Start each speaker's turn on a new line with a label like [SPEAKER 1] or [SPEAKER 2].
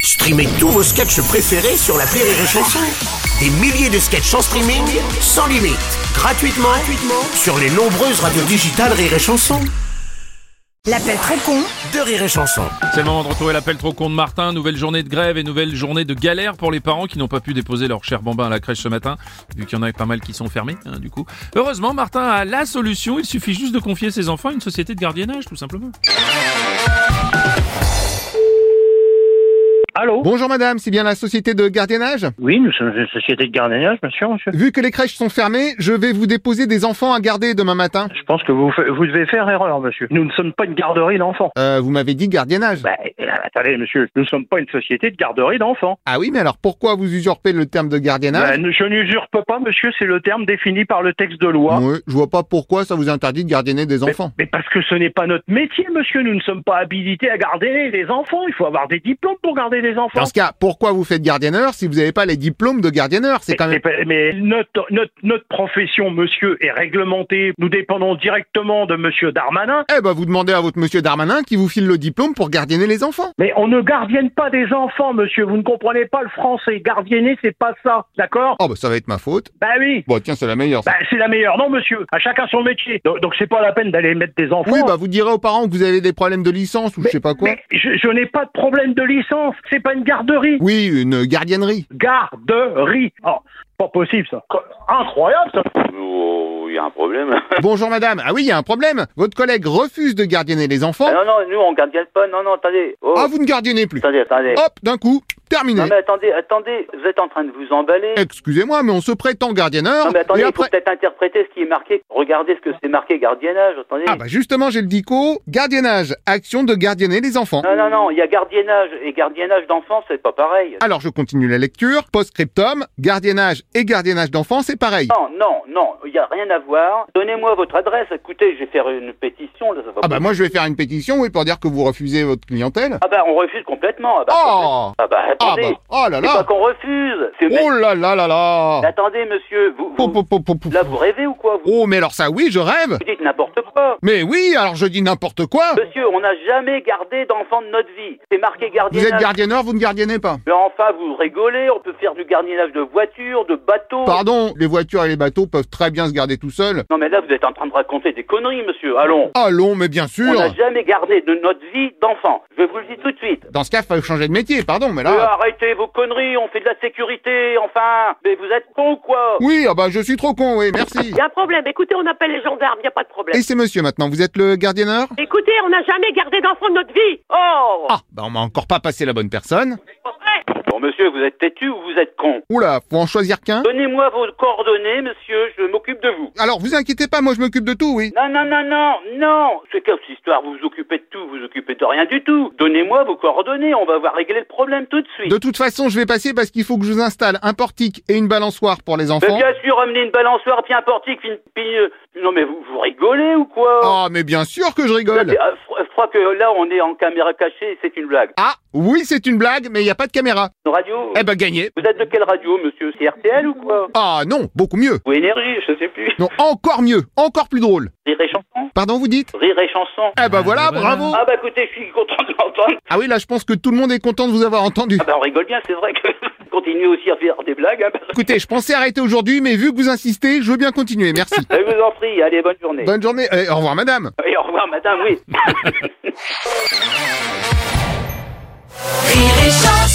[SPEAKER 1] Streamez tous vos sketchs préférés sur la Rire et Chanson. Des milliers de sketchs en streaming, sans limite, gratuitement, gratuitement sur les nombreuses radios digitales Rire et Chanson.
[SPEAKER 2] L'appel très con
[SPEAKER 1] De Rire et Chanson.
[SPEAKER 3] C'est le moment de retrouver l'appel trop con de Martin. Nouvelle journée de grève et nouvelle journée de galère pour les parents qui n'ont pas pu déposer leur cher bambin à la crèche ce matin, vu qu'il y en a pas mal qui sont fermés, hein, du coup. Heureusement, Martin a la solution. Il suffit juste de confier ses enfants à une société de gardiennage, tout simplement.
[SPEAKER 4] Allô
[SPEAKER 5] Bonjour madame, c'est bien la société de gardiennage
[SPEAKER 4] Oui, nous sommes une société de gardiennage, bien sûr, monsieur.
[SPEAKER 5] Vu que les crèches sont fermées, je vais vous déposer des enfants à garder demain matin.
[SPEAKER 4] Je pense que vous, fa- vous devez faire erreur, monsieur. Nous ne sommes pas une garderie d'enfants.
[SPEAKER 5] Euh, vous m'avez dit gardiennage.
[SPEAKER 4] Bah, euh, attendez, monsieur, nous ne sommes pas une société de garderie d'enfants.
[SPEAKER 5] Ah oui, mais alors pourquoi vous usurpez le terme de
[SPEAKER 4] Bah,
[SPEAKER 5] gardiennage
[SPEAKER 4] nous- je n'usurpe pas, monsieur, c'est le terme défini par le texte de loi.
[SPEAKER 5] Oui, je vois pas pourquoi ça vous interdit de gardienner des
[SPEAKER 4] Mais,
[SPEAKER 5] enfants.
[SPEAKER 4] mais parce que ce n'est pas notre métier, monsieur. Nous ne sommes pas habilités à garder les enfants. Il faut avoir des diplômes pour garder des enfants.
[SPEAKER 5] Dans ce cas, pourquoi vous faites gardienneur si vous n'avez pas les diplômes de gardienneur C'est quand
[SPEAKER 4] Mais-
[SPEAKER 5] même...
[SPEAKER 4] Mais, mais notre, notre, notre profession, monsieur, est réglementée. Nous dépendons directement de monsieur Darmanin.
[SPEAKER 5] Eh ben vous demandez à votre monsieur Darmanin qui vous file le diplôme pour gardienner les enfants.
[SPEAKER 4] Mais on ne gardienne pas des enfants, monsieur. Vous ne comprenez pas le français. Gardienner, c'est pas ça. D'accord
[SPEAKER 5] Oh bah ça va être ma faute.
[SPEAKER 4] Bah oui.
[SPEAKER 5] Bon tiens, c'est la meilleure. ça.
[SPEAKER 4] Bah c'est la meilleure. Non, monsieur. À chacun son métier. Donc, donc c'est pas la peine d'aller mettre des enfants.
[SPEAKER 5] Oui, bah vous direz aux parents que vous avez des problèmes de licence ou je sais pas quoi.
[SPEAKER 4] oh. Mais je, je n'ai pas de problème de licence. C'est pas une garderie.
[SPEAKER 5] Oui, une gardiennerie.
[SPEAKER 4] Garderie. Oh, pas possible, ça. Co- Incroyable, ça.
[SPEAKER 6] Oh, il y a un problème.
[SPEAKER 5] Bonjour madame. Ah oui, il y a un problème. Votre collègue refuse de gardienner les enfants.
[SPEAKER 6] Ah non, non, nous, on garde pas. Non, non, attendez. Oh,
[SPEAKER 5] Ah, vous ne gardiennez plus.
[SPEAKER 6] attendez, attendez.
[SPEAKER 5] Hop, d'un coup, terminé.
[SPEAKER 6] non, mais attendez, attendez. Vous êtes en train de vous emballer.
[SPEAKER 5] Excusez-moi, mais on se prétend gardienneur.
[SPEAKER 6] non, mais attendez,
[SPEAKER 5] et
[SPEAKER 6] il faut
[SPEAKER 5] après...
[SPEAKER 6] peut-être interpréter ce qui est marqué. Regardez ce que c'est marqué gardiennage. Attendez.
[SPEAKER 5] Ah bah justement, j'ai le dico, gardiennage, action de gardienner les enfants.
[SPEAKER 6] Non, non, non, il y a gardiennage et gardiennage d'enfants, c'est pas pareil.
[SPEAKER 5] Alors je continue la lecture, post-scriptum, gardiennage et gardiennage d'enfants, c'est pareil.
[SPEAKER 6] Non, non, non, il n'y a rien à voir. Donnez-moi votre adresse. Écoutez, je vais faire une pétition. Là, ça va
[SPEAKER 5] Ah
[SPEAKER 6] pas-
[SPEAKER 5] bah moi je vais faire une pétition, oui, pour dire que vous refusez votre clientèle.
[SPEAKER 6] Ah bah, on refuse complètement. Ah bah,
[SPEAKER 5] Oh
[SPEAKER 6] ah bah
[SPEAKER 5] Ah
[SPEAKER 6] attendez.
[SPEAKER 5] bah, oh là
[SPEAKER 6] c'est pas
[SPEAKER 5] là
[SPEAKER 6] qu'on refuse. C'est
[SPEAKER 5] Oh là là là
[SPEAKER 6] Mais
[SPEAKER 5] là
[SPEAKER 6] Attendez, monsieur, vous,
[SPEAKER 5] Po,
[SPEAKER 6] vous-
[SPEAKER 5] po, po, po, po.
[SPEAKER 6] là, vous rêvez ou quoi vous,
[SPEAKER 5] Oh mais alors ça oui, je rêve
[SPEAKER 6] vous dites n'importe quoi.
[SPEAKER 5] Mais oui, alors je dis n'importe quoi
[SPEAKER 6] Monsieur, on n'a jamais gardé d'enfant de notre vie. C'est marqué
[SPEAKER 5] Vous
[SPEAKER 6] gardiennage.
[SPEAKER 5] êtes gardienneur, vous ne gardiennez pas.
[SPEAKER 6] Mais enfin, vous rigolez, on peut faire du gardiennage de voitures, de bateaux.
[SPEAKER 5] Pardon, les voitures et les bateaux peuvent très bien se garder tout seuls.
[SPEAKER 6] Non mais là, vous êtes en train de raconter des conneries, monsieur. Allons.
[SPEAKER 5] Allons, mais bien
[SPEAKER 6] On
[SPEAKER 5] sûr
[SPEAKER 6] n'a jamais gardé de notre vie d'enfant. Je vous le dis tout de suite.
[SPEAKER 5] Dans ce cas, faut changer de métier, pardon, mais
[SPEAKER 6] Euh,
[SPEAKER 5] là...
[SPEAKER 6] arrêtez vos conneries, on fait de la sécurité, enfin. Mais vous êtes con ou quoi
[SPEAKER 5] Oui, ah bah je suis trop con, oui, merci.
[SPEAKER 7] Il y a un problème. Écoutez, on appelle les gendarmes, il n'y a pas de problème.
[SPEAKER 5] Et c'est monsieur maintenant, vous êtes le gardienneur
[SPEAKER 7] Écoutez, on n'a jamais gardé d'enfant de notre vie.
[SPEAKER 6] Oh
[SPEAKER 5] Ah, bah on m'a encore pas passé la bonne personne.
[SPEAKER 6] Bon, monsieur, vous êtes têtu ou vous êtes con
[SPEAKER 5] Oula, faut en choisir qu'un
[SPEAKER 6] Donnez-moi vos coordonnées, monsieur, je m'occupe de vous.
[SPEAKER 5] Alors vous inquiétez pas, moi je m'occupe de tout, oui.
[SPEAKER 6] Non, non, non, non, non C'est quelle histoire Vous vous occupez de tout, vous vous occupez de rien du tout. Donnez-moi vos coordonnées, on va voir régler le problème tout de suite.
[SPEAKER 5] De toute façon, je vais passer parce qu'il faut que je vous installe un portique et une balançoire pour les
[SPEAKER 6] Mais
[SPEAKER 5] enfants.
[SPEAKER 6] bien sûr, amenez une balançoire, puis un portique, puis une... puis, euh, Non mais vous, vous rigolez ou quoi
[SPEAKER 5] Ah, mais bien sûr que je
[SPEAKER 6] Là,
[SPEAKER 5] rigole
[SPEAKER 6] c'est- ah, fr- Je crois que là, on est en caméra cachée, c'est une blague.
[SPEAKER 5] Ah, oui, c'est une blague, mais il n'y a pas de caméra.
[SPEAKER 6] Une radio
[SPEAKER 5] Eh ben gagné
[SPEAKER 6] Vous êtes de quelle radio, monsieur C'est RTL ou quoi
[SPEAKER 5] Ah non, beaucoup mieux
[SPEAKER 6] Ou Énergie, je sais plus.
[SPEAKER 5] Non, encore mieux, encore plus drôle
[SPEAKER 6] Rire et chanson
[SPEAKER 5] Pardon, vous dites
[SPEAKER 6] Rire et chanson
[SPEAKER 5] Eh ben voilà,
[SPEAKER 3] ben voilà.
[SPEAKER 5] bravo
[SPEAKER 6] Ah bah écoutez, je suis content de l'entendre.
[SPEAKER 5] Ah oui, là je pense que tout le monde est content de vous avoir entendu.
[SPEAKER 6] Ah bah on rigole bien, c'est vrai que... Continuez aussi à faire des blagues, hein, parce que-
[SPEAKER 5] Écoutez, je pensais arrêter aujourd'hui, mais vu que vous insistez, je veux bien continuer, merci.
[SPEAKER 6] Je vous en prie, allez, bonne journée.
[SPEAKER 5] Bonne journée, Eh, au revoir madame
[SPEAKER 6] Et au revoir, madame, oui.
[SPEAKER 2] Rire et Chanson